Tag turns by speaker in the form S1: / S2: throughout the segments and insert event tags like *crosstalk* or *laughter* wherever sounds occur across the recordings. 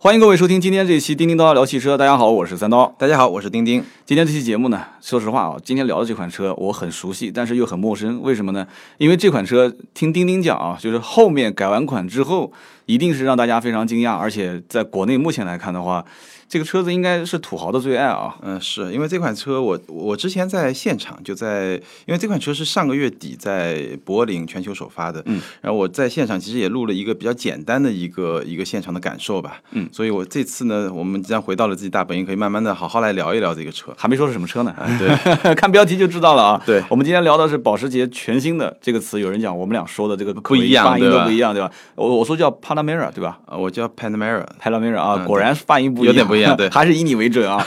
S1: 欢迎各位收听今天这一期《叮叮叨叨聊汽车》。大家好，我是三刀。
S2: 大家好，我是丁丁。
S1: 今天这期节目呢，说实话啊、今天聊的这款车我很熟悉，但是又很陌生。为什么呢？因为这款车听丁丁讲啊，就是后面改完款之后，一定是让大家非常惊讶，而且在国内目前来看的话，这个车子应该是土豪的最爱啊。
S2: 嗯，是因为这款车我，我之前在现场就在，因为这款车是上个月底在柏林全球首发的，嗯，然后我在现场其实也录了一个比较简单的一个一个现场的感受吧，嗯，所以我这次呢，我们既然回到了自己大本营，可以慢慢的好好来聊一聊这个车，
S1: 还没说是什么车呢，
S2: *laughs*
S1: *laughs*
S2: 对，
S1: 看标题就知道了啊。
S2: 对
S1: 我们今天聊的是保时捷全新的这个词，有人讲我们俩说的这个不
S2: 一样
S1: 发音
S2: 对
S1: 都
S2: 吧
S1: 不一样，对吧？我我说叫 Panamera，对吧？
S2: 呃我叫 Panamera，
S1: 泰拉梅尔啊，果然发音不一样，
S2: 嗯有点不一样对
S1: 还是以你为
S2: *laughs*
S1: 准啊。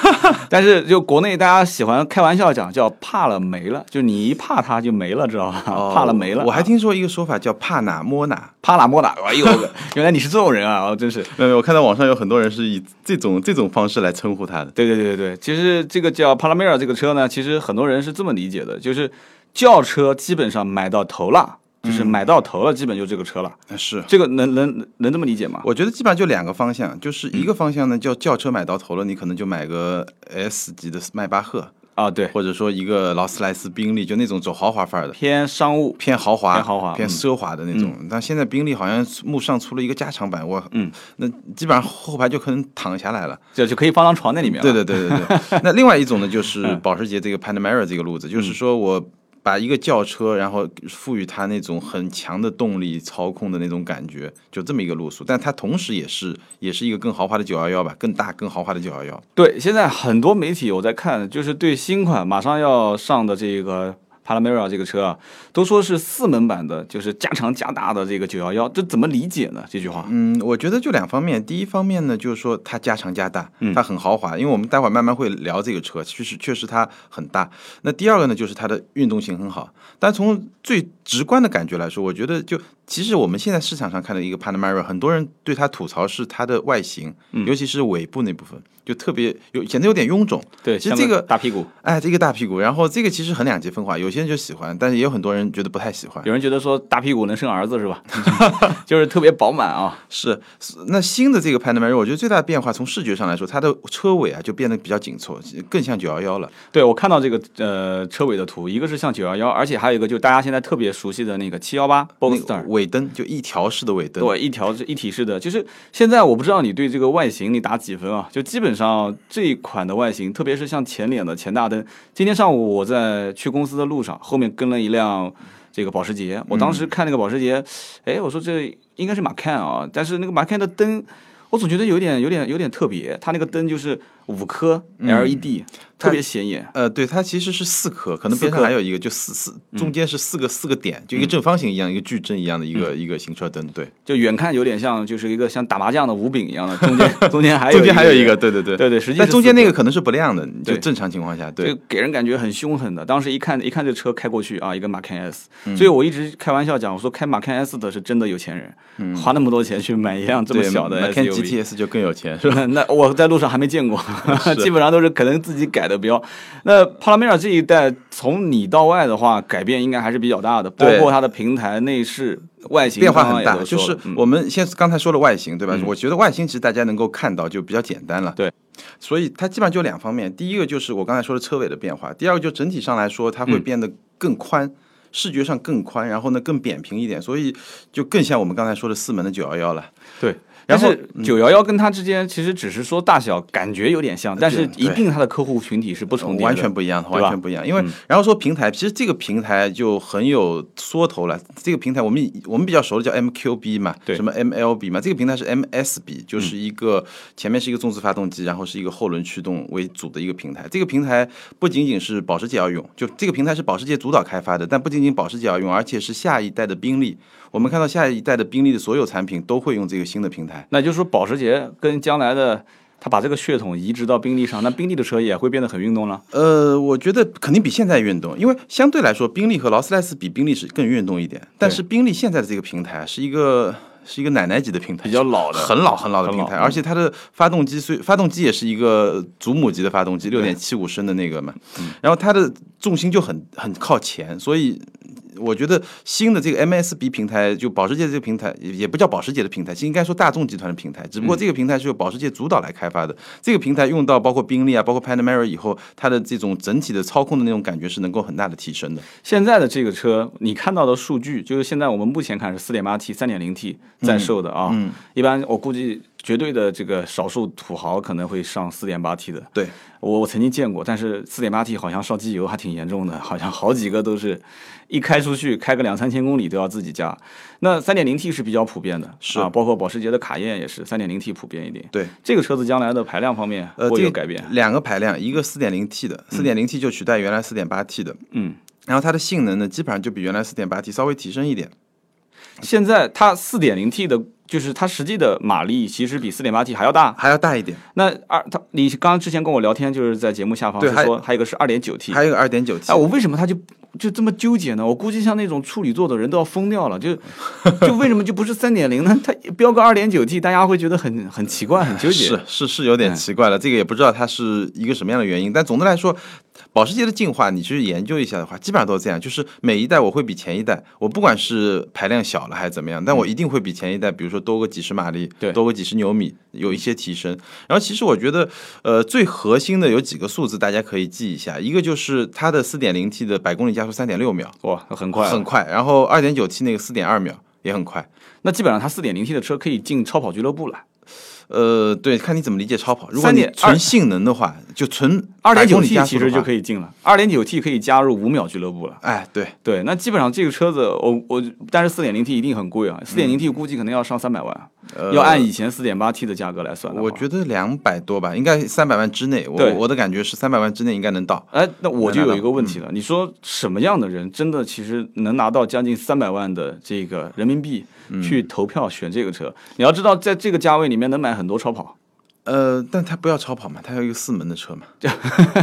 S1: 但是就国内大家喜欢开玩笑讲叫怕了没了，就你一怕它就没了，知道吧？怕了没了，
S2: 哦我还听说一个说法叫帕纳莫纳，
S1: 怕啦莫打。哎
S2: *laughs*
S1: 呦，原来你是这种人啊！哦，真是。
S2: 没有，没有我看到网上有很多人是以这种这种方式来称呼它的，
S1: 对对对对对，其实这个叫帕拉梅尔这个车呢，其实很多人是这么理解的，就是轿车基本上买到头了，就
S2: 嗯
S1: 是买到头了，基本就这个车了。
S2: 呃是。
S1: 这个能能能这么理解吗？
S2: 我觉得基本上就两个方向，就是一个方向呢，叫轿车买到头了，你可能就买个 S 级的迈巴赫，
S1: 啊，对，
S2: 或者说一个劳斯莱斯、宾利，就那种走豪华范儿的，
S1: 偏商务，
S2: 偏豪华、
S1: 偏豪华嗯
S2: 偏奢华的那种。但现在宾利好像慕尚出了一个加长版，我嗯，那基本上后排就可能躺下来了。
S1: 就就可以放到床那里面了。嗯
S2: 对对对对对。 *laughs* 那另外一种呢，就是保时捷这个 Panamera 这个路子，就是说我。把一个轿车，然后赋予它那种很强的动力、操控的那种感觉，就这么一个路数。但它同时也是，也是一个更豪华的911吧，更大、更豪华的911。
S1: 对，现在很多媒体我在看，就是对新款马上要上的这个 Panamera 这个车啊，都说是四门版的，就是加长加大的这个911，这怎么理解呢？这句话，
S2: 嗯，我觉得就两方面。第一方面呢，就是说它加长加大，它很豪华，因为我们待会儿慢慢会聊这个车，确实确实它很大。那第二个呢，就是它的运动性很好。但从最直观的感觉来说，我觉得就其实我们现在市场上看的一个 Panamera，很多人对它吐槽是它的外形，尤其是尾部那部分，就特别有显得有点臃肿。
S1: 对，
S2: 其实
S1: 像
S2: 这个
S1: 大屁股，
S2: 哎，这个大屁股，然后这个其实很两极分化，有些人就喜欢，但是也有很多人觉得不太喜欢。
S1: 有人觉得说大屁股能生儿子是吧？ *laughs* 就是特别饱满啊，
S2: 是，是那新的这个 Panamera，我觉得最大的变化，从视觉上来说，它的车尾啊就变得比较紧凑，更像911了。
S1: 对我看到这个呃车尾的图，一个是像911，而且还有一个就是大家现在特别熟悉的那个718
S2: 那
S1: Boxster
S2: 个。尾灯就一条式的尾灯，
S1: 对，一条是一体式的，就是现在我不知道你对这个外形你打几分啊？就基本上这一款的外形，特别是像前脸的前大灯，今天上午我在去公司的路上，后面跟了一辆这个保时捷，我当时看那个保时捷，哎、我说这应该是马 can 啊，但是那个马 can 的灯。我总觉得有点、有点、有点特别，它那个灯就是五颗 LED，、特别显眼。
S2: 呃，对，它其实是四颗，可能边上
S1: 颗嗯
S2: 还有一个，就四四中间是四个四个点，就一个正方形一样，一个矩阵一样的一
S1: 嗯
S2: 个一个行车灯，对，
S1: 就远看有点像，就是一个像打麻将的五饼一样的，中 *laughs* 间中间还有
S2: 中间还有
S1: 一
S2: 一个，对对对
S1: 对对实际
S2: 但
S1: 是
S2: 中间
S1: 四
S2: 那
S1: 颗
S2: 个可能是不亮的，就
S1: 对
S2: 正常情况下，对
S1: 就，给人感觉很凶狠的。当时一看，一看这车开过去
S2: 嗯
S1: 啊，一个马 can S，、所以我一直开玩笑讲，我说开马 can S 的是真的有钱人，花那么多钱去买一辆这么
S2: 嗯对
S1: 小的
S2: Macan
S1: SUV。
S2: GTS 就更有钱，是吧？
S1: 那那我在路上还没见过， *laughs* 基本上都是可能自己改的标。那帕拉梅尔这一代从里到外的话，改变应该还是比较大的，包
S2: 对
S1: 括它的平台、内饰、外形
S2: 变化
S1: 刚刚
S2: 很
S1: 也
S2: 大，
S1: 都
S2: 就
S1: 说
S2: 是
S1: 了嗯
S2: 我们先刚才说了外形，对吧？我觉得外形其实大家能够看到就比较简单了。
S1: 对，
S2: 所以它基本上就两方面，第一个就是我刚才说的车尾的变化，第二个就整体上来说它会
S1: 嗯
S2: 变得更宽。视觉上更宽，然后呢更扁平一点，所以就更像我们刚才说的四门的911了。
S1: 对。
S2: 然后嗯
S1: 九幺幺跟它之间其实只是说大小感觉有点像，但是一定它的客户群体是不重叠的，
S2: 完全不一样，
S1: 吧嗯
S2: 完全不一样。因为然后说平台，其实这个平台就很有缩头了。这个平台我们以我们比较熟的叫 MQB 嘛，
S1: 对嗯
S2: 什么 MLB 嘛，这个平台是 MSB，就是一个前面是一个纵置发动机，然后是一个后轮驱动为主的一个平台。这个平台不仅仅是保时捷要用，就这个平台是保时捷主导开发的，但不仅仅保时捷要用，而且是下一代的宾利。我们看到下一代的宾利的所有产品都会用这个新的平台。
S1: 那就是说，保时捷跟将来的，他把这个血统移植到宾利上，那宾利的车也会变得很运动了。
S2: 呃，我觉得肯定比现在运动，因为相对来说，宾利和劳斯莱斯比宾利是更运动一点。但是宾利现在的这个平台啊是一个是一个奶奶级的平台，
S1: 比较老的
S2: 很老很老的
S1: 很
S2: 平
S1: 老嗯
S2: 台，而且它的发动机虽发动机也是一个祖母级的发动
S1: 嗯
S2: 机，六点七五升的那个嘛，然后它的重心就很很靠前，所以。我觉得新的这个 MSB 平台，就保时捷这个平台，也也不叫保时捷的平台，是应该说大众集团的平台。只
S1: 嗯
S2: 不过这个平台是由保时捷主导来开发的。这个平台用到包括宾利啊，包括 Panamera 以后，它的这种整体的操控的那种感觉是能够很大的提升的。
S1: 现在的这个车，你看到的数据就是现在我们目前看是四点八 T、三点零 T 在售的啊。
S2: 嗯
S1: 一般我估计绝对的这个少数土豪可能会上四点八 T 的。
S2: 对，
S1: 我我曾经见过，但是四点八 T 好像烧机油还挺严重的，好像好几个都是一开出去开个两三千公里都要自己加。那三点零 T 是比较普遍的，
S2: 是
S1: 啊，包括保时捷的卡宴也是三点零 T 普遍一点。
S2: 对，
S1: 这个车子将来的排量方面
S2: 呃，
S1: 会
S2: 这
S1: 有
S2: 个
S1: 改变。
S2: 两个排量，一个四点零 T 的，四点零 T 就取代原来四点八 T 的，
S1: 嗯，
S2: 然后它的性能呢，基本上就比原来四点八 T 稍微提升一点。
S1: 现在它四点零 T 的，就是它实际的马力其实比四点八 T 还要大。
S2: 还要大一点，
S1: 那二，它你刚刚之前跟我聊天，就是在节目下方
S2: 对
S1: 是
S2: 还
S1: 说还有一个是二点九 T，
S2: 还有个二点九 T，
S1: 哎，我为什么他就就这么纠结呢？我估计像那种处女座的人都要疯掉了，就就为什么就不是三点零呢？他标个二点九 T，大家会觉得很很奇怪，很纠结。嗯
S2: 是是是有点奇怪了，这个也不知道它是一个什么样的原因。但总的来说，保时捷的进化，你去研究一下的话，基本上都是这样，就是每一代我会比前一代，我不管是排量小了还是怎么样，但我一定会比前一代，比如说多个几十马力，
S1: 嗯对
S2: 多个几十牛米，有一些提升。然后其实我觉得，呃，最核心的有几个数字大家可以记一下，一个就是它的 4.0T 的百公里加速3.6秒，
S1: 哇，那很快啊
S2: 很
S1: 了。
S2: 快，然后 2.9T 那个4.2秒也很快。
S1: 那基本上他四点零 T 的车可以进超跑俱乐部了。
S2: 呃，对，看你怎么理解超跑。如果你
S1: 3.2
S2: 纯性能的话，就纯
S1: 二点九
S2: 百公里
S1: T
S2: 加速
S1: 其
S2: 的
S1: 实就
S2: 话
S1: 可以进了，二点九 T 可以加入五秒俱乐部了。
S2: 哎，对，
S1: 对，那基本上这个车子，我我但是四点零 T 一定很贵啊，四点零 T 估计可能要上三百万，
S2: 嗯
S1: 啊
S2: 呃
S1: 要按以前四点八 T 的价格来算的话。
S2: 我觉得两百多吧，应该三百万之内。我
S1: 对
S2: 我的感觉是三百万之内应该能到。
S1: 哎，那我就
S2: 能
S1: 有
S2: 拿到嗯
S1: 一个问题了，你说什么样的人真的其实能拿到将近三百万的这个人民币
S2: 嗯
S1: 去投票选这个车？你要知道，在这个价位里面能买很多超跑，
S2: 呃，但他不要超跑嘛，他要一个四门的车嘛。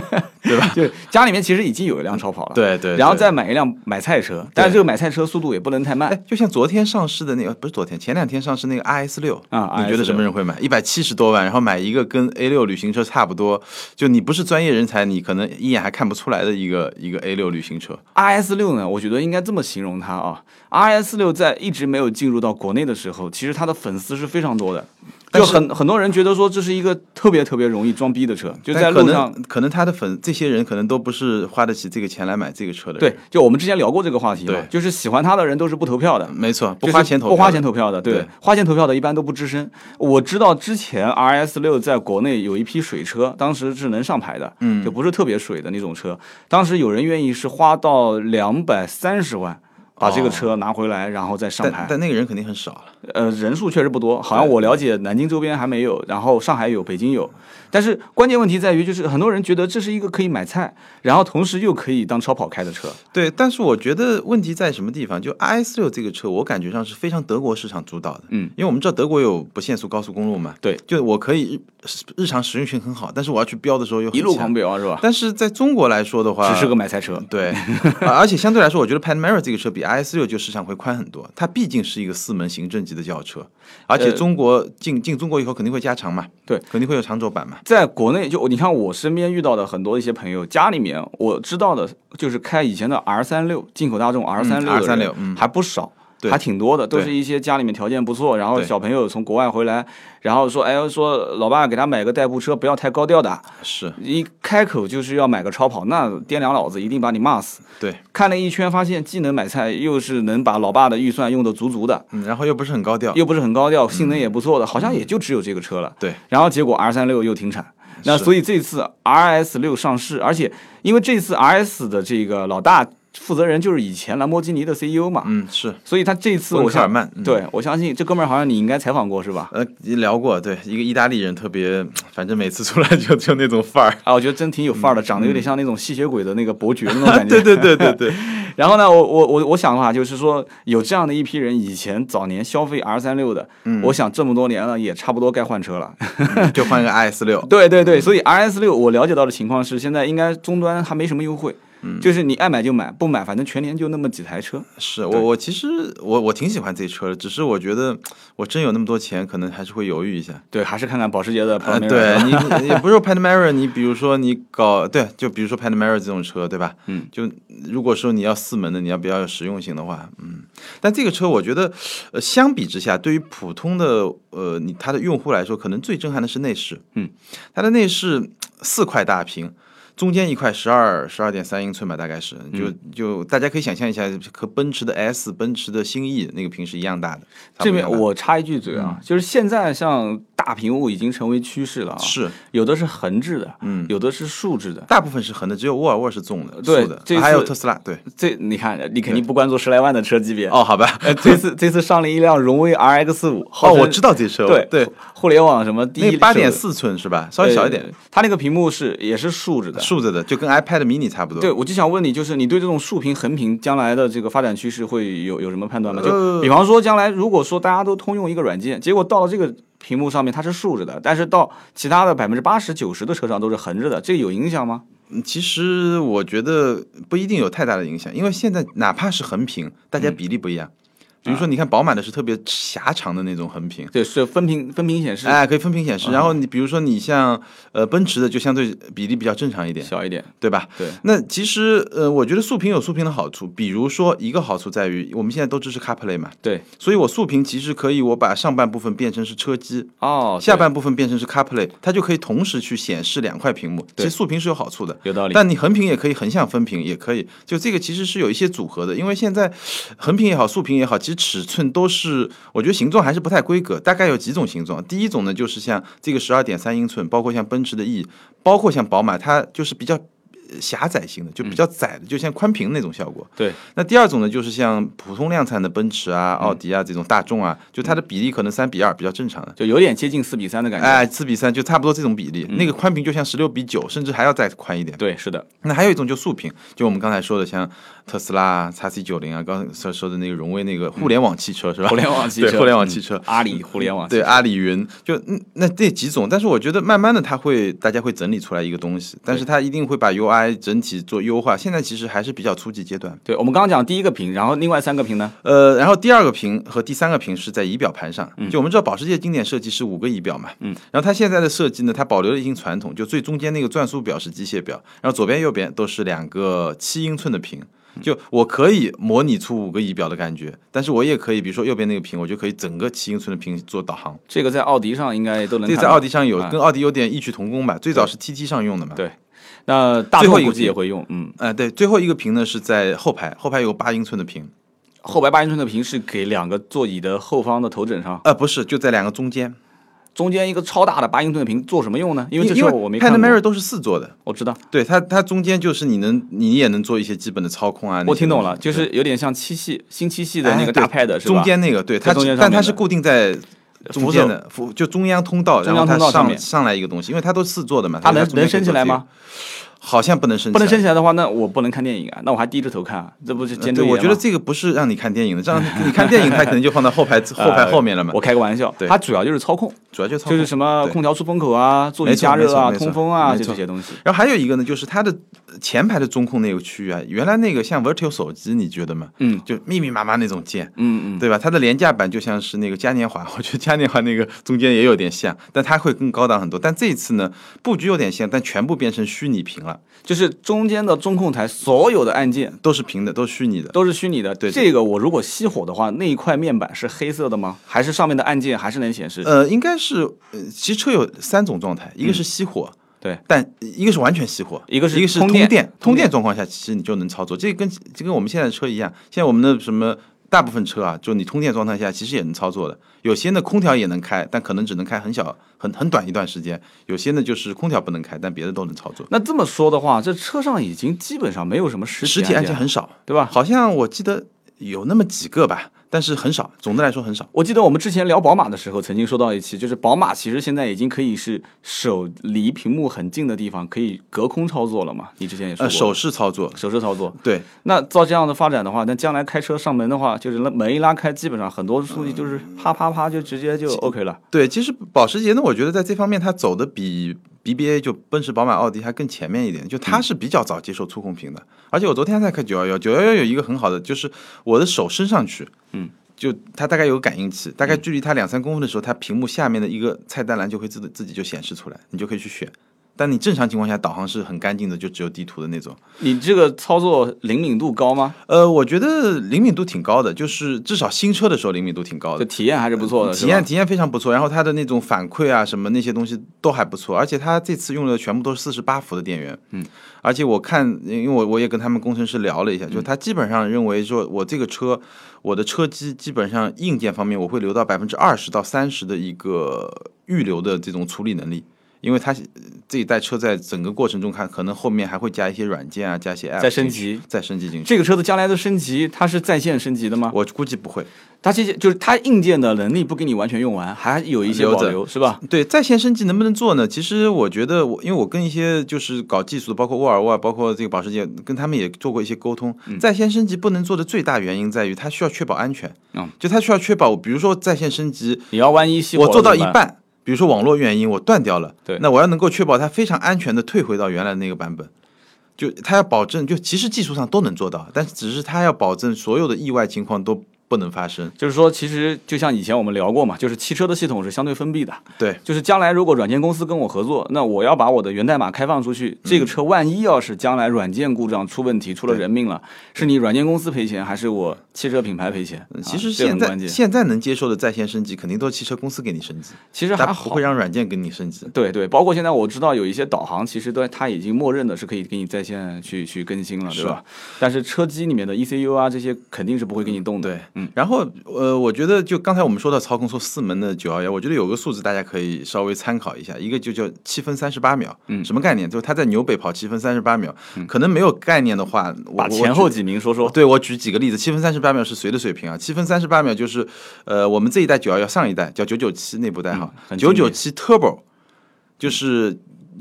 S1: *laughs* 对，家里面其实已经有一辆超跑了，
S2: 对对
S1: 然后再买一辆买菜车，但是这个买菜车速度也不能太
S2: 哎
S1: 慢，，
S2: 就像昨天上市的那个，不是昨天，前两天上市那个 RS 六
S1: 啊
S2: 你觉
S1: RS6
S2: 得什么人会买？一百七十多万，然后买一个跟 A 六旅行车差不多，就你不是专业人才，你可能一眼还看不出来的一个一个 A 六旅行车。
S1: RS 六呢，我觉得应该这么形容它啊。RS 六在一直没有进入到国内的时候，其实它的粉丝是非常多的，
S2: 但
S1: 就是很很多人觉得说这是一个特别特别容易装逼的车，就
S2: 但
S1: 在
S2: 可
S1: 路上
S2: 能。可能他的粉这些人可能都不是花得起这个钱来买这个车的人。
S1: 对，就我们之前聊过这个话题嘛
S2: 对，
S1: 就是喜欢他的人都是不投票的。
S2: 嗯没错，
S1: 就
S2: 不
S1: 是
S2: 花钱投，
S1: 不花钱。投票的，对，
S2: 对
S1: 花钱投票的一般都不吱声。我知道之前 R S 六在国内有一批水车，当时是能上牌的，嗯，就不是特别水的那种车。当时有人愿意是花到两百三十万把这个车拿回来，然后再上
S2: 哦但
S1: 牌。
S2: 但那个人肯定很少了，
S1: 呃，人数确实不多，好像我了解，南京周边还没有，然后上海有，北京有。但是关键问题在于，就是很多人觉得这是一个可以买菜，然后同时又可以当超跑开的车。
S2: 对。但是我觉得问题在什么地方？就 i s 六这个车，我感觉上是非常德国市场主导的，
S1: 嗯，
S2: 因为我们知道德国有不限速高速公路嘛，
S1: 对，
S2: 就我可以日日常使用性很好，但是我要去飙的时候又很
S1: 一路
S2: 强
S1: 狂。飙是吧？
S2: 但是在中国来说的话，
S1: 只是个买菜车。
S2: 对，啊而且相对来说，我觉得 Panamera 这个车比 IS 六就市场会宽很多，它毕竟是一个四门行政级的轿车，而且
S1: 呃
S2: 中国进进中国以后肯定会加长嘛，
S1: 对，
S2: 肯定会有长轴版嘛。
S1: 在国内，就你看我身边遇到的很多一些朋友，家里面我知道的就是开以前的 R 三六进口大众 R 三六
S2: 嗯，R36 嗯
S1: 还不少。
S2: 对
S1: 还挺多的，都
S2: 对
S1: 是一些家里面条件不错，然后
S2: 对
S1: 小朋友从国外回来，然后说，哎呦，说老爸给他买个代步车，不要太高调的，
S2: 是
S1: 一开口就是要买个超跑，那爹娘老子一定把你骂死。
S2: 对，
S1: 看了一圈，发现既能买菜，又是能把老爸的预算用得足足的，
S2: 嗯，然后又不是很高调，
S1: 又不是很高调，性能也不错的，好像也就只有这个车了。
S2: 嗯对，
S1: 然后结果 R 三六又停产，那
S2: 是
S1: 所以这次 RS 六上市，而且因为这次 RS 的这个老大负责人就是以前兰博基尼的 CEO 嘛，
S2: 嗯，是
S1: 所以他这次
S2: 温
S1: 我
S2: 克尔
S1: 想，
S2: 曼，嗯。
S1: 对我相信这哥们儿好像你应该采访过是吧？
S2: 呃，聊过，对，一个意大利人特别，反正每次出来就就那种范儿，
S1: 啊，我觉得真挺有范儿的，长得有点像那种吸血鬼的那个伯爵那种感觉。
S2: *laughs* 嗯 *laughs* 对对对对对，
S1: 然后呢，我我我我想的话就是说，有这样的一批人，以前早年消费 R 三六的，我想这么多年了，也差不多该换车了。
S2: 嗯 *laughs* 就换个 IS 六，
S1: 对对对，所以 R S 六我了解到的情况是，现在应该终端还没什么优惠，
S2: 嗯
S1: 就是你爱买就买，不买反正全年就那么几台车。
S2: 是我我其实我我挺喜欢这车的，只是我觉得我真有那么多钱，可能还是会犹豫一下。
S1: 对，还是看看保时捷 *laughs* 的啊 p a
S2: 呃，对你你也不是说 Panamera，你比如说你搞对，就比如说 Panamera 这种车，对吧？
S1: 嗯，
S2: 就如果说你要四门的，你要比较有实用性的话，嗯，但这个车我觉得，呃，相比之下，对于普通的呃你它的用户来说，可能最震撼的是内饰，
S1: 嗯，
S2: 它的内饰四块大屏。中间一块十二十二点三英寸吧，大概是，
S1: 嗯
S2: 就就大家可以想象一下，和奔驰的 S、奔驰的新 E 那个屏是一样大的。嗯差不多
S1: 这
S2: 一
S1: 边
S2: 样大
S1: 我插一句嘴啊，就是现在像大屏幕已经成为趋势了啊，
S2: 是
S1: 有的是横置的，嗯，有的是竖置的。
S2: 大部分是横的，只有沃尔沃是纵的，
S1: 对
S2: 竖的
S1: 这，次
S2: 还有特斯拉，对，
S1: 这你看，你肯定不关注十来万的车级别。
S2: 哦，好吧，
S1: 呃，这次这次上了一辆荣威 RX 五，
S2: 哦，我知道这车，
S1: 对
S2: 对，，
S1: 互联网什么第
S2: 那
S1: 一
S2: 八点四寸是吧？稍微小一点，，
S1: 它那个屏幕是也是竖着的。
S2: 竖着的，就跟 iPad mini 差不多。
S1: 对，我就想问你，就是你对这种竖屏、横屏将来的这个发展趋势会有有什么判断吗？就
S2: 呃
S1: 比方说，将来如果说大家都通用一个软件，结果到了这个屏幕上面它是竖着的，但是到其他的百分之八十九十的车上都是横着的，这有影响吗？
S2: 嗯，其实我觉得不一定有太大的影响，因为现在哪怕是横屏，大家比例不一样。
S1: 嗯
S2: 比如说，你看宝马的是特别狭长的那种横屏。
S1: 对，是分屏分屏显示
S2: 哎，可以分屏显示。然后你比如说，你像呃奔驰的，就相对比例比较正常一点，
S1: 小一点。
S2: 对吧？
S1: 对。
S2: 那其实呃，我觉得竖屏有竖屏的好处，比如说一个好处在于，我们现在都支持 CarPlay 嘛，
S1: 对，
S2: 所以我竖屏其实可以，我把上半部分变成是车机，
S1: 哦，
S2: 下半部分变成是 CarPlay，它就可以同时去显示两块屏幕。其实竖屏是有好处的，
S1: 有道理。
S2: 但你横屏也可以，横向分屏也可以。就这个其实是有一些组合的，因为现在横屏也好，竖屏也好，其实尺寸都是我觉得形状还是不太规格，大概有几种形状。第一种呢，就是像这个十二点三英寸，包括像奔驰的 E，包括像宝马，它就是比较。呃狭窄型的就比较窄的，就像宽屏那种效果。
S1: 嗯对，嗯
S2: 那第二种呢，就是像普通量产的奔驰啊、奥迪啊这种大众啊，就它的比例可能三比二，比较正常的。
S1: 就有点接近四比三的感觉。
S2: 哎，四比三就差不多这种比例，
S1: 嗯
S2: 那个宽屏就像十六比九，甚至还要再宽一点。
S1: 对，
S2: *laughs*
S1: 是的，
S2: 那还有一种就竖屏，就我们刚才说的，像特斯拉啊、x C 九零啊，刚才说说的那个荣威那个互联网汽车、是吧？
S1: 互联网汽车，
S2: 对，互联网汽车。
S1: 嗯阿里互联网汽
S2: 对
S1: 车，
S2: 阿里云，就嗯那这几种，但是我觉得慢慢的它会，大家会整理出来一个东西，但是它一定会把 UI 整体做优化。现在其实还是比较初级阶段。
S1: 对，我们刚刚讲第一个屏，然后另外三个屏呢？
S2: 呃，然后第二个屏和第三个屏是在仪表盘上。
S1: 嗯
S2: 就我们知道保时捷经典设计是五个仪表嘛，嗯，然后它现在的设计呢，它保留了一定传统，就最中间那个转速表是机械表，然后左边右边都是两个七英寸的屏。
S1: 嗯
S2: 就我可以模拟出五个仪表的感觉，但是我也可以，比如说右边那个屏，我就可以整个七英寸的屏做导航。
S1: 这个在奥迪上应该都能
S2: 这
S1: 看到。
S2: 个在奥迪上有
S1: 啊，
S2: 跟奥迪有点异曲同工吧。最早是 TT 上用的嘛。
S1: 对那大
S2: 最后
S1: 众
S2: 一个
S1: 估计也
S2: 屏
S1: 会用，嗯，
S2: 呃，对，最后一个屏呢是在后排，后排有个八英寸的屏。
S1: 后排八英寸的屏是给两个座椅的后方的头枕上，
S2: 呃，不是，就在两个中间。
S1: 中间一个超大的八英寸的屏做什么用呢？因为这
S2: 因
S1: 车
S2: 为
S1: 我没看过，
S2: Panamera 都是四座的，
S1: 我知道，
S2: 对它，它中间就是你能，你也能做一些基本的操控啊。那些
S1: 我听懂
S2: 东西
S1: 了，就是有点像七系新七系
S2: 对
S1: 的那个
S2: 哎
S1: 大
S2: 对
S1: pad 是吧？
S2: 中间那个，对
S1: 在
S2: 它
S1: 中间
S2: 只，
S1: 上
S2: 但
S1: 面
S2: 它
S1: 的
S2: 是固定在中间的扶，就中央通道，
S1: 中
S2: 然
S1: 央
S2: 后它
S1: 通道上
S2: 上
S1: 面
S2: 上来一个东西，因为它都四座的嘛，
S1: 它能
S2: 中间
S1: 能
S2: 可以
S1: 升起
S2: 做
S1: 来
S2: 这个
S1: 吗？？
S2: 好像不能升，
S1: 不能升。起来的话，那我不能看电影啊，那我还低着头看啊，这不是
S2: 呃
S1: 监
S2: 对，
S1: 督
S2: 我觉得这个不是让你看电影的，这样你看电影，它可能就放到后
S1: *laughs*
S2: 排后排后面了嘛。
S1: 呃我开个玩笑，
S2: 对
S1: 它主要就是操控，
S2: 主要就操
S1: 就是
S2: 控。
S1: 什么
S2: 对
S1: 空调出风口啊、座椅
S2: 没错
S1: 加热啊、
S2: 没错
S1: 通风啊，
S2: 没
S1: 就
S2: 错
S1: 这些东西。
S2: 然后还有一个呢，就是它的前排的中控那个区域啊，原来那个像 Virtual 手机，你觉得吗？
S1: 嗯，
S2: 就密密麻麻那种键，
S1: 嗯嗯，
S2: 对吧？它的廉价版就像是那个嘉年华， *laughs* 我觉得嘉年华那个中间也有点像，但它会更高档很多。但这一次呢，布局有点像，但全部变成虚拟屏了，
S1: 就是中间的中控台所有的按键
S2: 都是平的，都是虚拟的。
S1: 都是虚拟的。
S2: 对
S1: 这个我如果熄火的话，那一块面板是黑色的吗？还是上面的按键还是能显示？
S2: 呃，应该是，呃，其实车有三种状态，一个是熄火，
S1: 嗯对，
S2: 但一个是完全熄火，
S1: 一个是
S2: 一个是
S1: 通
S2: 通
S1: 电
S2: 电，
S1: 通
S2: 通
S1: 电
S2: 电状况下，其实你就能操作。这跟这跟我们现在的车一样，现在我们的什么大部分车啊，就你通电状态下其实也能操作的。有些呢空调也能开，但可能只能开很小、很很短一段时间；有些呢就是空调不能开，但别的都能操作。
S1: 那这么说的话，这车上已经基本上没有什么实
S2: 实
S1: 体
S2: 体按
S1: 键
S2: 键
S1: 了，
S2: 很少，
S1: 对吧？
S2: 好像我记得有那么几个吧，但是很少，总的来说很少。
S1: 我记得我们之前聊宝马的时候，曾经说到一期，就是宝马其实现在已经可以是手离屏幕很近的地方可以隔空操作了嘛？你之前也说
S2: 呃，
S1: 过，
S2: 手势操作，
S1: 手势操作。
S2: 对，
S1: 那照这样的发展的话，那将来开车上门的话，就是拉门一拉开，基本上很多东西就是啪啪啪就直接就 OK 了。
S2: 对，其实保时捷呢，我觉得在这方面它走的比。 BBA 就奔驰、宝马、奥迪还更前面一点，就它是比较早接受触控屏的。而且我昨天才看九幺幺，九幺幺有一个很好的，就是我的手伸上去，
S1: 嗯，
S2: 就它大概有个感应器，大概距离它两三公分的时候，它屏幕下面的一个菜单栏就会自自己就显示出来，你就可以去选。但你正常情况下导航是很干净的，就只有地图的那种。
S1: 你这个操作灵敏度高吗？
S2: 呃，我觉得灵敏度挺高的，就是至少新车的时候灵敏度挺高
S1: 这。
S2: 的
S1: 体验还是不错的，是
S2: 体
S1: 吧
S2: 验体验非常不错，然后它的那种反馈啊什么那些东西都还不错，而且它这次用的全部都是四十八伏的电源，
S1: 嗯，
S2: 而且我看，因为我我也跟他们工程师聊了一下，
S1: 嗯
S2: 就他基本上认为说我这个车，我的车机基本上硬件方面我会留到百分之二十到三十的一个预留的这种处理能力。因为它这一代车在整个过程中看，可能后面还会加一些软件啊，加一些 app
S1: 在升
S2: 进去，
S1: 级。
S2: 再升级进去。
S1: 这个车子将来的升级，它是在线升级的吗？
S2: 我估计不会，
S1: 它这些就是它硬件的能力不给你完全用完，还有一些
S2: 留着
S1: 保留，是吧？
S2: 对在线升级能不能做呢？其实我觉得我，因为我跟一些就是搞技术的，包括沃尔沃啊，包括这个保时捷，跟他们也做过一些沟通。在线升级不能做的最大原因在于它需要确保安全，
S1: 嗯
S2: 就它需要确保，比如说在线升级，
S1: 你要万一熄火，
S2: 我做到一，半，比如说网络原因我断掉了，
S1: 对
S2: 那我要能够确保它非常安全的退回到原来那个版本。就它要保证，就其实技术上都能做到，但是只是它要保证所有的意外情况都不能发生。
S1: 就是说，其实就像以前我们聊过嘛，就是汽车的系统是相对封闭的，
S2: 对，
S1: 就是将来如果软件公司跟我合作，那我要把我的源代码开放出去，这个
S2: 嗯
S1: 车万一要是将来软件故障出问题，出了人命了，是你软件公司赔钱，还是我汽车品牌赔钱？
S2: 嗯其
S1: 啊
S2: 实
S1: 这
S2: 现
S1: 很
S2: 在、
S1: 关键，
S2: 现在能接受的在线升级，肯定都是汽车公司给你升级，
S1: 其实还
S2: 它
S1: 好
S2: 不会。让软件给你升级。
S1: 对对，包括现在我知道有一些导航，其实都它已经默认的是可以给你在线去去更新了，对吧？但是车机里面的 ECU 啊这些肯定是不会给你动的。
S2: 对，嗯，然后呃，我觉得就刚才我们说到操控，说四门的九幺幺，我觉得有个数字大家可以稍微参考一下，一个就叫七分三十八秒，
S1: 嗯
S2: 什么概念？就是它在纽北跑七分三十八秒，可能没有概念的话，我
S1: 把
S2: 我
S1: 前
S2: 举
S1: 后几名说说。
S2: 对我举几个例子，七分三十八秒是谁的水平啊？七分三十八秒就是，呃，我们这一代九幺幺上一代叫九九七内部代号
S1: 嗯，很经
S2: 九九
S1: 典
S2: 七 Turbo，就是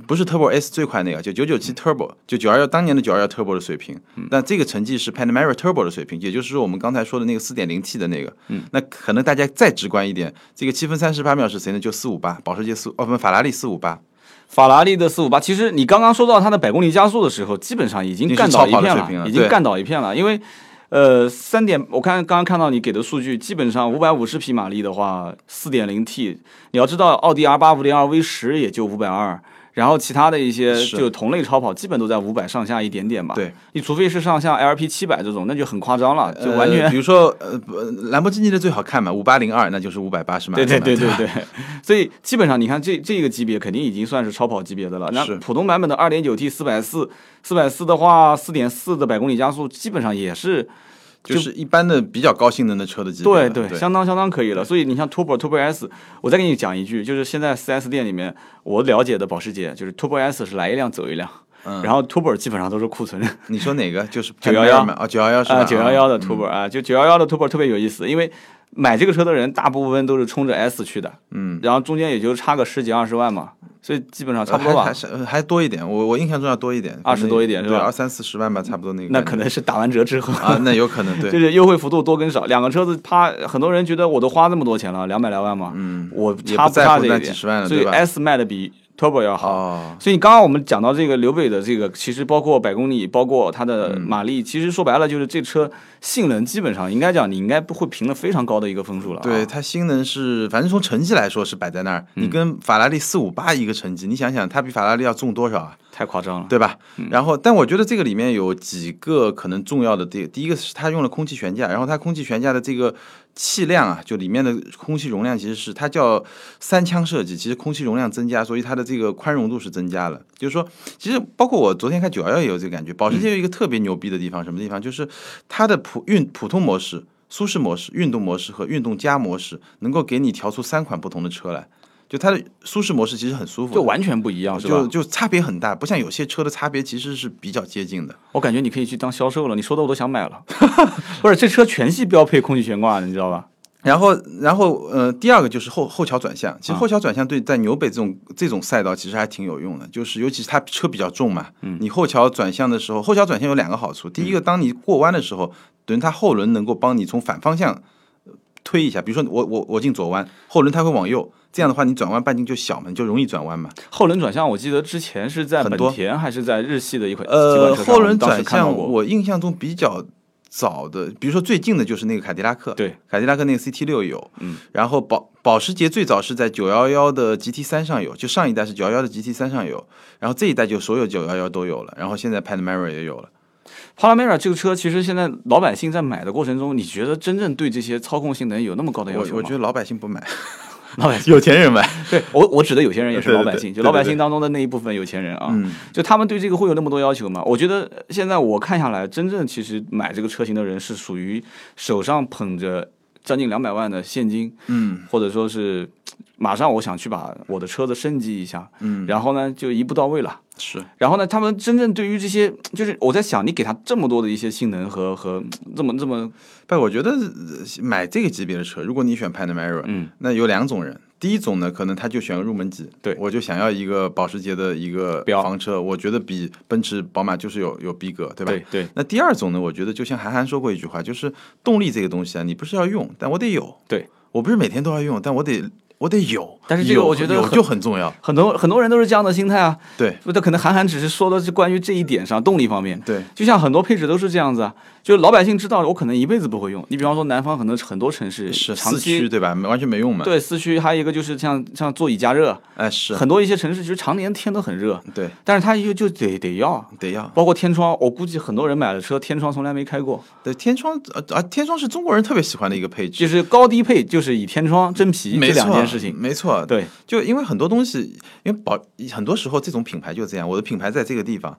S2: 不是 Turbo S 最快那个，就九
S1: 嗯
S2: 九七 Turbo，、就九幺幺当年的九幺幺 Turbo 的水平。那这个成绩是 Panamera Turbo 的水平，也就是说我们刚才说的那个四点零 T 的那个。嗯，那可能大家再直观一点，这个七分三十八秒是谁呢？就四五八，保时捷四哦不，法拉利四五八，
S1: *laughs* 法拉利的四五八，其实你刚刚说到它的百公里加速的时候，基本上已经干倒一
S2: 已
S1: 片
S2: 经是超跑的水
S1: 了，
S2: 平了
S1: 已经
S2: 对
S1: 干倒一片了。因为，呃，三点，我看刚刚看到你给的数据，基本上五百五十匹马力的话，四点零 T，你要知道奥迪 R 八五零 R V 十也就五百二，然后其他的一些
S2: 是
S1: 就同类超跑，基本都在五百上下一点点吧。
S2: 对，
S1: 你除非是上像 LP 七百这种，那就很夸张了，就完全
S2: 呃比如说呃不兰博基尼的最好看嘛，五八零二那就是五百八十
S1: *laughs*
S2: 马
S1: 对
S2: 力嘛。
S1: 对对对对， *laughs* 所以基本上你看这这个级别肯定已经算是超跑级别的了。那
S2: 是
S1: 普通版本的二点九 T 四百四，四百四的话，四点四的百公里加速基本上也是
S2: 就是一般的比较高性能的车的级别
S1: 对
S2: 了。
S1: 对，相当相当可以了。所以你像 Turbo Turbo S，我再给你讲一句，就是现在 4S 店里面我了解的保时捷，就是 Turbo S 是来一辆走一辆，然后 Turbo 基本上都是库存。
S2: 你说哪个？
S1: *laughs*
S2: 就是
S1: 911
S2: 嘛？啊，九幺幺是吧？
S1: 啊，九幺幺的 Turbo 啊，就九幺幺的 Turbo 特别有意思，因为买这个车的人大部分都是冲着 S 去的，嗯，然后中间也就差个十几二十万嘛，所以基本上
S2: 呃
S1: 差不多
S2: 还
S1: 吧
S2: 还。是呃还多一点。我我印象中要多一点，
S1: 20多一点是吧
S2: 对，二三四十万吧，差不多那个
S1: 那
S2: 感觉。
S1: 可能是打完折之后，
S2: 啊，那有可能
S1: *laughs*
S2: 对
S1: 就。是优惠幅度多跟少，两个车子啪，很多人觉得我都花这么多钱了，两百来万嘛，嗯，我
S2: 也
S1: 差
S2: 不
S1: 不
S2: 在
S1: 差
S2: 乎
S1: 这
S2: 那
S1: 一
S2: 几
S1: 点，
S2: 十万了，
S1: 所
S2: 对
S1: 以
S2: 吧？
S1: S 卖的比 Turbo 要好。
S2: 哦，
S1: 所以刚刚我们讲到这个刘北的这个，其实包括百公里，包括它的
S2: 嗯
S1: 马力，其实说白了就是这车性能基本上应该讲你应该不会评了非常高的一个分数了、啊。
S2: 对，它性能是，反正从成绩来说是摆在那儿。
S1: 嗯
S2: 你跟法拉利四五八一个成绩，你想想它比法拉利要重多少啊？
S1: 太夸张了。
S2: 对吧？然后，但我觉得这个里面有几个可能重要的点。第一个是它用了空气悬架，然后它空气悬架的这个气量啊，就里面的空气容量其实是它叫三腔设计，其实空气容量增加，所以它的这个宽容度是增加了。就是说，其实包括我昨天看九幺幺也有这个感觉。保时捷有一个特别牛逼的地方，什么地方？就是它的普运普通模式、舒适模式、运动模式和运动加模式，能够给你调出三款不同的车来。就它的舒适模式其实很舒服的，
S1: 就完全不一样，是吧
S2: 就？就差别很大，不像有些车的差别其实是比较接近的。
S1: 我感觉你可以去当销售了，你说的我都想买了。 *laughs* 不是，这车全系标配空气悬挂的，你知道吧？
S2: 然后，然后，呃，第二个就是后后桥转向。其实后桥转向对在纽北这种这种赛道其实还挺有用的，就是尤其是它车比较重嘛，你后桥转向的时候，后桥转向有嗯两个好处。第一个，当你过弯的时候，等于它后轮能够帮你从反方向呃推一下，比如说我我我进左弯，后轮它会往右，这样的话你转弯半径就小嘛，你就容易转弯嘛。
S1: 后轮转向，我记得之前是在
S2: 很
S1: 本
S2: 多
S1: 田还是在日系的一款几款
S2: 呃，
S1: 车上
S2: 后轮
S1: 当时
S2: 转
S1: 看到
S2: 向
S1: 过
S2: 我印象中比较早的，比如说最近的就是那个凯迪拉克，
S1: 对，
S2: 凯迪拉克那个 CT 六有，
S1: 嗯，
S2: 然后保保时捷最早是在九幺幺的 GT 三上有，就上一代是九幺幺的 GT 三上有，然后这一代就所有九幺幺都有了，然后现在 Panamera 也有了。
S1: Panamera 这个车，其实现在老百姓在买的过程中，你觉得真正对这些操控性能有那么高的要
S2: 我
S1: 求吗？
S2: 我觉得老百姓不买，
S1: 老百姓，
S2: 有钱人买。
S1: 对我我指的有钱人也是
S2: 对对
S1: 老百姓，
S2: 对
S1: 就老百
S2: 对对
S1: 姓当中的那一部分有钱人啊，
S2: 嗯
S1: 就他们对这个会有那么多要求吗？我觉得现在我看下来，真正其实买这个车型的人是属于手上捧着将近两百万的现金，
S2: 嗯
S1: 或者说是马上我想去把我的车子升级一下，
S2: 嗯，
S1: 然后呢就一步到位了。
S2: 是
S1: 然后呢，他们真正对于这些，就是我在想，你给他这么多的一些性能和和这么这么，
S2: 不，我觉得呃买这个级别的车，如果你选 Panamera，
S1: 嗯，
S2: 那有两种人。第一种呢，可能他就选个入门级，
S1: 对
S2: 我就想要一个保时捷的一个
S1: 标
S2: 房车，我觉得比奔驰、宝马就是有有逼格，对吧？
S1: 对对
S2: 那第二种呢，我觉得就像韩寒说过一句话，就是动力这个东西啊，你不是要用，但我得有。
S1: 对，
S2: 我不是每天都要用，但我得我得有。
S1: 但是这个
S2: 有
S1: 我觉得
S2: 有
S1: 很
S2: 就很重要。
S1: 很多很多人都是这样的心态啊。
S2: 对
S1: 不，他可能韩寒只是说的是关于这一点上动力方面，
S2: 对，
S1: 就像很多配置都是这样子啊，就是老百姓知道我可能一辈子不会用。你比方说南方很多很多城市
S2: 是
S1: 呃长
S2: 四
S1: 期
S2: 驱对吧？完全没用嘛。，
S1: 对四驱，还有一个就是像像座椅加热，
S2: 哎是，
S1: 很多一些城市其实常年天都很热，
S2: 对，
S1: 但是它就就得得要，
S2: 得要。
S1: 包括天窗，我估计很多人买了车天窗从来没开过，
S2: 对，天窗呃啊，天窗是中国人特别喜欢的一个配置。
S1: 就是高低配就是以天窗真皮
S2: 没
S1: 这
S2: 错，
S1: 两件事情，
S2: 没错，
S1: 对，
S2: 就因为很多东西，因为保很多时候这种品牌就这样，我的品牌在这个地方，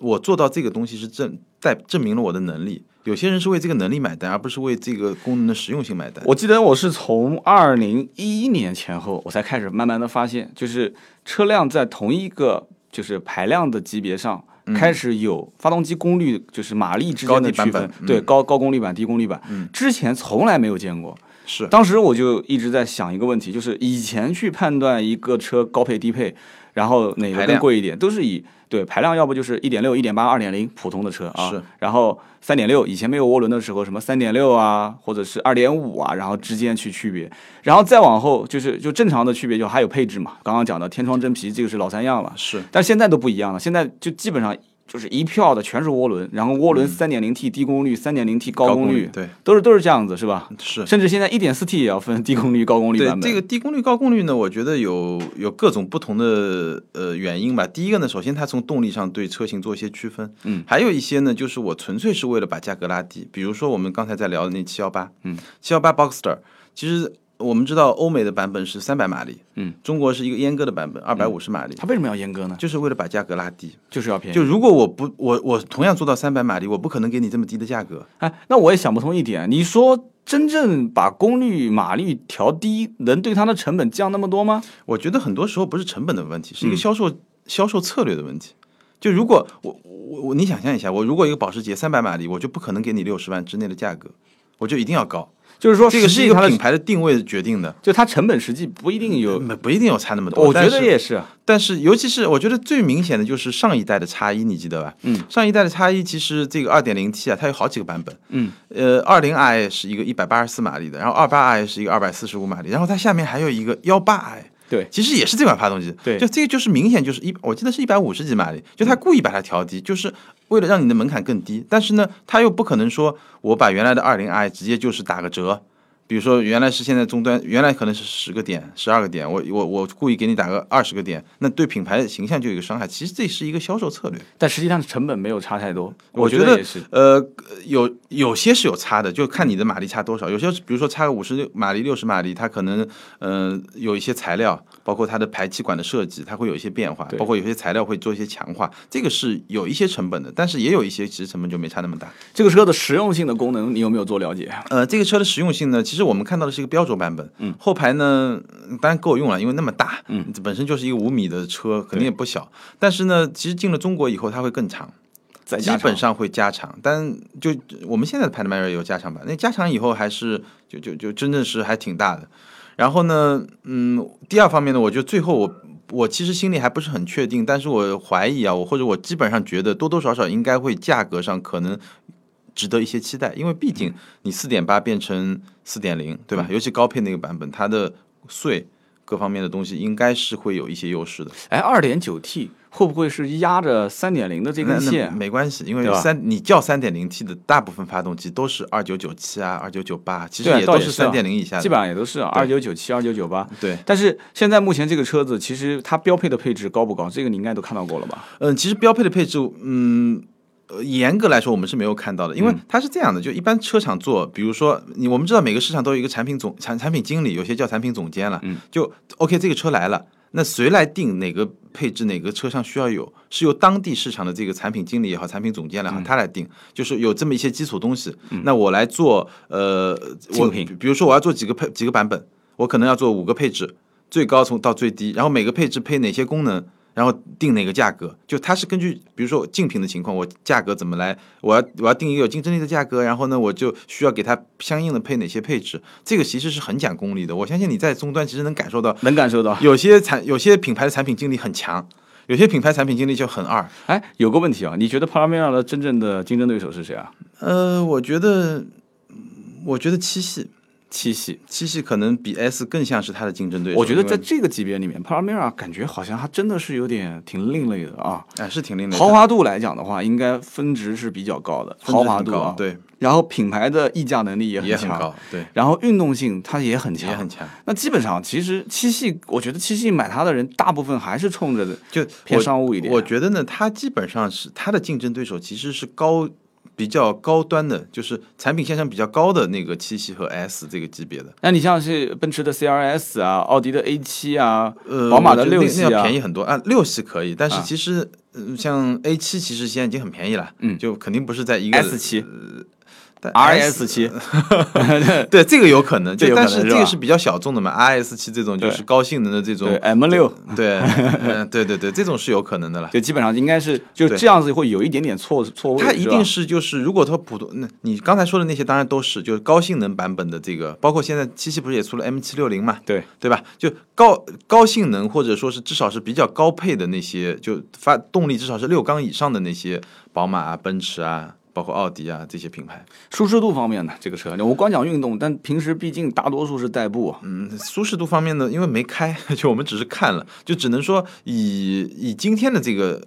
S2: 我做到这个东西是证代证明了我的能力。有些人是为这个能力买单，而不是为这个功能的实用性买单。
S1: 我记得我是从二零一一年前后，我才开始慢慢的发现，就是车辆在同一个就是排量的级别上。开始有发动机功率，就是马力之间的区
S2: 高低版
S1: 分，
S2: 本
S1: 对
S2: 嗯
S1: 高高功率版、低功率版，
S2: 嗯
S1: 之前从来没有见过。
S2: 是
S1: 当时我就一直在想一个问题，就是以前去判断一个车高配低配，然后哪个
S2: 排
S1: 更
S2: 量
S1: 贵一点，都是以对排量，要不就是一点六、一点八、二点零普通的车啊，
S2: 是
S1: 然后三点六以前没有涡轮的时候，什么三点六啊，或者是二点五啊，然后之间去区别，然后再往后就是就正常的区别，就还有配置嘛，刚刚讲的天窗真皮这个是老三样了，
S2: 是，
S1: 但现在都不一样了，现在就基本上就是一票的全是涡轮，然后涡轮三点零 T 低功率，三点零 T 高功率，
S2: 对
S1: 都是都是这样子是吧？
S2: 是。
S1: 甚至现在一点四 T 也要分低功率、高功率
S2: 对
S1: 版本。
S2: 这个低功率高功率呢，我觉得有有各种不同的呃原因吧。第一个呢，首先它从动力上对车型做一些区分，
S1: 嗯，
S2: 还有一些呢，就是我纯粹是为了把价格拉低。比如说我们刚才在聊的那七幺八，
S1: 嗯，
S2: 七幺八 Boxster，其实我们知道欧美的版本是三百马力，
S1: 嗯，
S2: 中国是一个阉割的版本，二百五十马力。
S1: 它为什么要阉割呢？
S2: 就是为了把价格拉低。
S1: 就是要便宜。
S2: 就如果我不我我同样做到三百马力，我不可能给你这么低的价格。
S1: 哎，那我也想不通一点，你说真正把功率、马力调低，能对它的成本降那么多吗？
S2: 我觉得很多时候不是成本的问题，是一个
S1: 嗯
S2: 销售、销售策略的问题。就如果我我我，你想象一下，我如果一个保时捷三百马力，我就不可能给你六十万之内的价格，我就一定要高。
S1: 就是说，
S2: 这个是一
S1: 它
S2: 个
S1: 的
S2: 品，牌的哦定位决定的，
S1: 就它成本实际不一定有。
S2: 没不一定有差那么多。
S1: 我觉得
S2: 但是啊
S1: 也是，
S2: 但是尤其是我觉得最明显的就是上一代的叉一，你记得吧？
S1: 嗯，
S2: 上一代的叉一其实这个二点零 T 啊，它有好几个版本。
S1: 嗯，
S2: 呃，二零 i 是一个一百八十四马力的，然后二八 i 是一个二百四十五马力，然后它下面还有一个幺八 i。
S1: 对，
S2: 其实也是这款发动机，
S1: 对
S2: 就这个就是明显就是一，我记得是一百五十几马力，就它故意把它调
S1: 嗯
S2: 低，就是为了让你的门槛更低。但是呢，它又不可能说我把原来的二零 i 直接就是打个折，比如说原来是现在终端，原来可能是十个点、十二个点，我我我故意给你打个二十个点，那对品牌形象就有一个伤害。其实这是一个销售策略，
S1: 但实际上成本没有差太多。
S2: 我
S1: 觉
S2: 觉得
S1: 也是，
S2: 呃，有有些是有差的，就看你的马力差多少。有些是比如说差个五十六马力、六十马力，它可能呃有一些材料，包括它的排气管的设计，它会有一些变化
S1: 对，
S2: 包括有些材料会做一些强化，这个是有一些成本的，但是也有一些其实成本就没差那么大。
S1: 这个车的实用性的功能，你有没有做了解？
S2: 呃，这个车的实用性呢，其实我们看到的是一个标准版本，嗯，后排呢嗯当然够用了，因为那么大，嗯，本身就是一个五米的车，肯定也不小。但是呢，其实进了中国以后，它会更长。
S1: 再
S2: 基
S1: 加
S2: 本
S1: 上
S2: 上会加长，但就我们现在的 Panamera 有加长版，那加长以后还是就就就真正是还挺大的。然后呢，嗯，第二方面呢，我觉得最后我我其实心里还不是很确定，但是我怀疑啊，我或者我基本上觉得多多少少应该会价格上可能值得一些期待，因为毕竟你四点八变成四点零，对吧？尤其高配那个版本，它的税各方面的东西应该是会有一些优势的。
S1: 哎，二点九 T 会不会是压着三点零的这根
S2: 嗯那
S1: 线嗯
S2: 那？没关系，因
S1: 对
S2: 为
S1: 吧
S2: 三你叫三点零 T 的大部分发动机都是二九九七啊、二九九八，其实
S1: 对啊
S2: 也
S1: 倒
S2: 都
S1: 也
S2: 是
S1: 是啊
S2: 三点零以下的。
S1: 基本上也都是啊二九九七、二九九八。
S2: 对，
S1: 但是现在目前这个车子，其实它标配的配置高不高？这个你应该都看到过了吧？
S2: 嗯，其实标配的配置，嗯。呃严格来说，我们是没有看到的，因为
S1: 嗯
S2: 它是这样的，就一般车厂做，比如说你，我们知道每个市场都有一个产品总产产品经理，有些叫产品总监了，
S1: 嗯
S2: 就 OK 这个车来了，那谁来定哪个配置，哪个车上需要有，是由当地市场的这个产品经理也好，产品总监
S1: 嗯
S2: 也好，他来定，就是有这么一些基础东西，那我来做，呃，我
S1: 竞品
S2: 比如说我要做几个配几个版本，我可能要做五个配置，最高从到最低，然后每个配置配哪些功能，然后定哪个价格，就它是根据比如说竞品的情况，我价格怎么来，我要我要定一个有竞争力的价格，然后呢，我就需要给它相应的配哪些配置，这个其实是很讲功力的。我相信你在终端其实能感受到，
S1: 能感受到。
S2: 有些产有些品牌的产品经理很强，有些品牌产品经理就很二。
S1: 哎，有个问题啊，你觉得帕拉梅拉的真正的竞争对手是谁啊？
S2: 呃，我觉得，我觉得七系
S1: 七系。
S2: 七系可能比 S 更像是它的竞争对手。
S1: 我觉得
S2: 因
S1: 在
S2: 为
S1: 这个级别里面，帕拉梅拉感觉好像还真的是有点挺另类的啊。
S2: 哎是挺另类的，
S1: 豪华度来讲的话，应该分值是比较高的，
S2: 分值
S1: 豪
S2: 很
S1: 华度
S2: 高
S1: 啊。。
S2: 对，
S1: 然后品牌的溢价能力也
S2: 也
S1: 很
S2: 很
S1: 强，
S2: 高，对，
S1: 然后运动性它也很
S2: 也
S1: 强
S2: 很。强。
S1: 那基本上，其实七系，我觉得七系买它的人大部分还是冲着
S2: 就
S1: 偏
S2: 我
S1: 商务一点
S2: 我觉得呢，它基本上是它的竞争对手其实是高比较高端的，就是产品线上比较高的那个七系和 S 这个级别的。
S1: 那你像是奔驰的 CRS 啊，奥迪的 A 7啊，
S2: 呃，
S1: 宝马的
S2: 我觉得
S1: 六
S2: 那
S1: 系
S2: 那要
S1: 啊
S2: 便宜很多啊，六系可以，但
S1: 啊
S2: 是其实、嗯像 A 七其实现在已经很便宜了，
S1: 嗯
S2: 就肯定不是在一个呃
S1: S 7
S2: 但
S1: RS *laughs* 7
S2: 对这个有可能，
S1: 这
S2: 就
S1: 有可
S2: 但
S1: 能
S2: 是
S1: 是
S2: 这
S1: 吧
S2: 个是比较小众的嘛，RS 七这种就
S1: 对
S2: 是高性能的这种
S1: 对，M 6
S2: 对，嗯对对对，这种是有可能的啦。
S1: 就基本上应该是就
S2: 对
S1: 这样子会有一点点错错位，
S2: 它一定
S1: 是吧啊
S2: 是就是，如果它普通，那你刚才说的那些当然都是就是高性能版本的这个，包括现在七系不是也出了 M 七六零嘛，
S1: 对
S2: 对吧？就高高性能或者说是至少是比较高配的那些，就发动力至少是六缸以上的那些宝马啊、奔驰啊，包括奥迪啊这些品牌，
S1: 舒适度方面呢，这个车我光讲运动，但平时毕竟大多数是代步啊，
S2: 嗯，舒适度方面呢，因为没开， *laughs* 就我们只是看了，就只能说以以今天的这个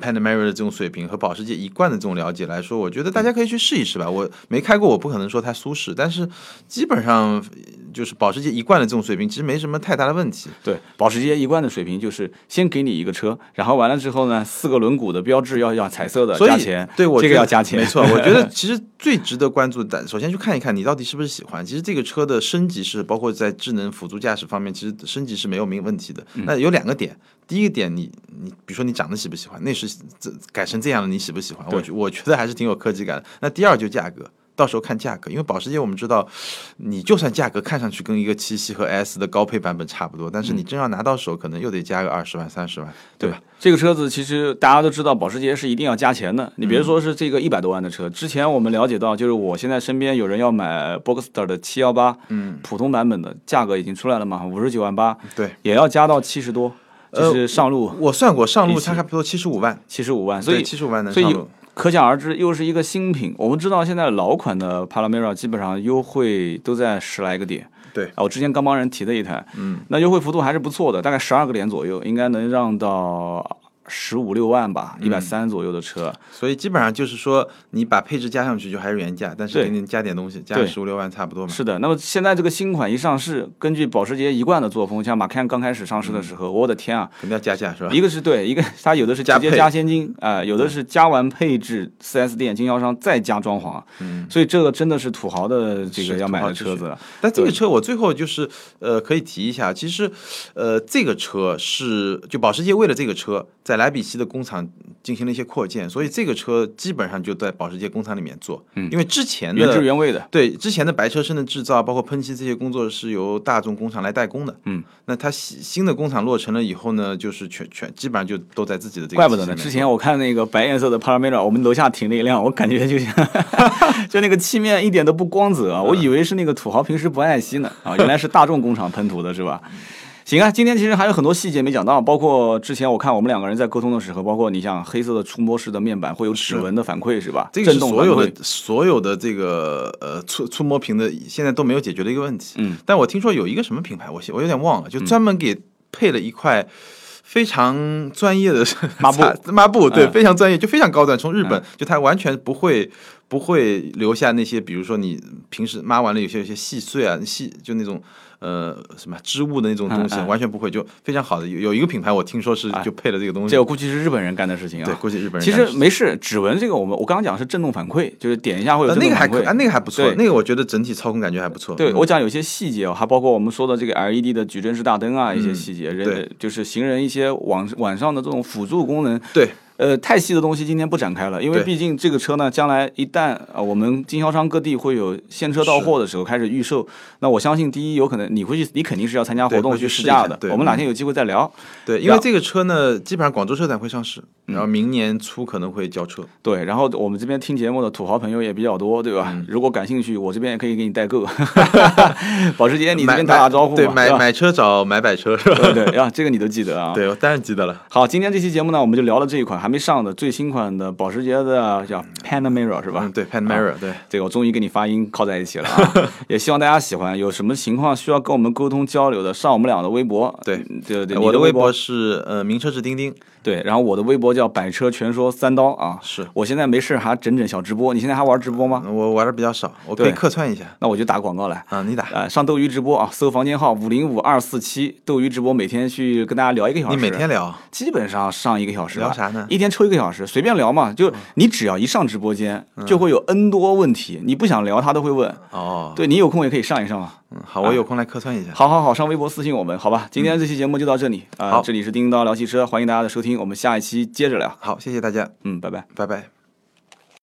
S2: Panamera 的这种水平和保时捷一贯的这种了解来说，我觉得大家可以去试一试吧。我没开过，我不可能说它舒适，但是基本上呃就是保时捷一贯的这种水平，其实没什么太大的问题。
S1: 对，保时捷一贯的水平就是先给你一个车，然后完了之后呢，四个轮毂的标志要要彩色的，
S2: 所以
S1: 呃加钱，
S2: 对我
S1: 这
S2: 觉
S1: 个
S2: 得
S1: 要加钱，
S2: 没错，
S1: *laughs*
S2: 我觉得其实最值得关注的，首先去看一看你到底是不是喜欢。其实这个车的升级是包括在智能辅助驾驶方面，其实升级是没有明问题的。
S1: 嗯
S2: 那有两个点，第一个点你你比如说你长得喜不喜欢，内饰这改成这样了你喜不喜欢？我
S1: 对
S2: 觉我觉得还是挺有科技感的。那第二就价格。到时候看价格，因为保时捷我们知道，你就算价格看上去跟一个七系和 S 的高配版本差不多，
S1: 嗯
S2: 但是你真要拿到手，可能又得加个二十万、三十万，对吧？
S1: 这个车子其实大家都知道，保时捷是一定要加钱的。你别说是这个一百多万的车，之前我们了解到，就是我现在身边有人要买 Boxster 的七幺八，嗯，普通版本的价格已经出来了嘛，五十九万八，
S2: 对，
S1: 也要加到七十多，就是上路
S2: 呃我算过，上
S1: 一
S2: 路
S1: 起
S2: 它差不多七十五万，
S1: 七十五万，所以
S2: 七十五万能
S1: 所以
S2: 上路，
S1: 可想而知，又是一个新品。我们知道现在老款的 Panamera 基本上优惠都在十来个点。
S2: 对
S1: 啊，我之前刚帮人提的一台，嗯，那优惠幅度还是不错的，大概十二个点左右，应该能让到十五六万吧，
S2: 嗯
S1: 一百三左右的车。
S2: 所以基本上就是说，你把配置加上去就还是原价，但是
S1: 对
S2: 给你加点东西，加
S1: 对
S2: 十五六万差不多嘛。
S1: 是的，那么现在这个新款一上市，根据保时捷一贯的作风，像马 can 刚开始上市的时
S2: 嗯
S1: 候，我的天啊！
S2: 肯定要加价是吧？
S1: 一个是对，一个它有的是直
S2: 加
S1: 接
S2: 配
S1: 加现金啊、有的是加完配置，4S 店、经销商再加装潢，嗯，所以这个真的是土豪的这个
S2: 是
S1: 要
S2: 土
S1: 买
S2: 豪
S1: 的
S2: 之
S1: 车
S2: 选
S1: 子了。
S2: 但这个车我最后就是呃，可以提一下，其实呃，这个车是就保时捷为了这个车，在莱比锡的工厂进行了一些扩建，所以这个车基本上就在保时捷工厂里面做，因为之前的
S1: 嗯原汁原味的。
S2: 对之前的白车身的制造，包括喷漆这些工作是由大众工厂来代工的。
S1: 嗯，
S2: 那它新新的工厂落成了以后呢，就是全全基本上就都在自己的这个。
S1: 怪不得呢！之前我看那个白颜色的 Panamera，我们楼下停了一辆，我感觉就
S2: *laughs*
S1: 像，就那个漆面一点
S2: 嗯
S1: 都不光泽啊，我以为是那个土豪平时不爱惜呢啊，原来是大众工厂喷涂的是吧？行啊，今天其实还有很多细节没讲到，包括之前我看我们两个人在沟通的时候，包括你像黑色的触摸式的面板会有指纹的反馈是吧？
S2: 这个
S1: 震
S2: 是
S1: 动
S2: 所有
S1: 反馈
S2: 的所有的这个呃触触摸屏的现在都没有解决的一个问题。
S1: 嗯，
S2: 但我听说有一个什么品牌，我我有点忘了，就专门给配了一块。非常专业的
S1: 抹布
S2: 擦抹布对，
S1: 嗯
S2: 非常专业，就非常高端。从日本，就它完全不会不会留下那些，比如说你平时抹完了有些有些细碎啊，细就那种呃什么织物的那种东西
S1: 嗯，嗯哎
S2: 完全不会，就非常好的。有有一个品牌，我听说是就配了这个东西
S1: 这，我估计是日本人干的事情啊。
S2: 对，估计日本人
S1: 嗯其
S2: 干
S1: 实
S2: 的是
S1: 没事，指纹这个我们我刚刚讲是震动反馈，就是点一下会有
S2: 呃
S1: 震
S2: 那
S1: 动
S2: 个还
S1: 反
S2: 可
S1: 馈。
S2: 啊，那个还不错
S1: 对，
S2: 那个我觉得整体操控感觉还不错。
S1: 对
S2: 嗯
S1: 我讲有些细节哦，还包括我们说的这个 LED E 的矩阵式大灯啊，一些细节，人
S2: 对
S1: 的就是行人一些晚晚上的这种辅助功能。
S2: 对，
S1: 呃，太细的东西今天不展开了，因为
S2: 对
S1: 毕竟这个车呢，将来一旦啊、呃我们经销商各地会有现车到货的时候开始预售，那我相信第一有可能你会去，你肯定是要参加活
S2: 对
S1: 动
S2: 会去试
S1: 试
S2: 一
S1: 驾
S2: 下
S1: 的。
S2: 对
S1: 我们哪天有机会再聊。
S2: 对，因为这个车呢，基本上广州车展会上市，然
S1: 嗯
S2: 后明年初可能会交车。
S1: 对，然后我们这边听节目的土豪朋友也比较多，对
S2: 嗯
S1: 吧？如果感兴趣，我这边也可以给你代
S2: *laughs*
S1: 购。保时捷，你这
S2: 买
S1: 边打打
S2: 买
S1: 招呼嘛，
S2: 对，买
S1: 是吧
S2: 买车找买百车是吧？
S1: 对对，啊，这个你都记得啊。
S2: 对，我当然记得了。
S1: 好，今天这期节目呢，我们就聊了这一款还没上的最新款的保时捷的叫 Panamera 是吧？
S2: 嗯嗯，对，Panamera，对，
S1: 这个我终于跟你发音靠在一起了
S2: *laughs*
S1: 啊！也希望大家喜欢。有什么情况需要跟我们沟通交流的，上我们俩的微博。
S2: 对
S1: 嗯对对，
S2: 我
S1: 你的
S2: 的微
S1: 博
S2: 博是呃，名车志钉钉，
S1: 对，然后我的微博叫百车全说三刀啊。
S2: 是嗯
S1: 我现在没事还整整小直播，你现在还玩直播吗？
S2: 我玩的比较少，我可
S1: 对
S2: 以客串一下
S1: 那我就打广告来。
S2: 啊，你打，
S1: 呃，上斗鱼直播啊，搜房间号五零五二四七，斗鱼直播每天去跟大家聊一个小
S2: 你
S1: 时。
S2: 每天聊，
S1: 基本上上一个小时吧。
S2: 聊啥呢嗯
S1: 一天抽一个小时，随便聊嘛。就你只要一上直播间，就会有 N 多问题，你不想聊他都会问。
S2: 哦，
S1: 对你啊有空也可以上一上嘛。
S2: 嗯好，我有空来客串一下，
S1: 好好好，上微博私信我们，好吧？今天这期节目就到这里啊、呃
S2: 嗯好
S1: 这里是叮叮叨聊汽车，欢迎大家的收听，我们下一期接着聊，
S2: 好，谢谢大家，
S1: 嗯，拜拜。
S2: 拜拜。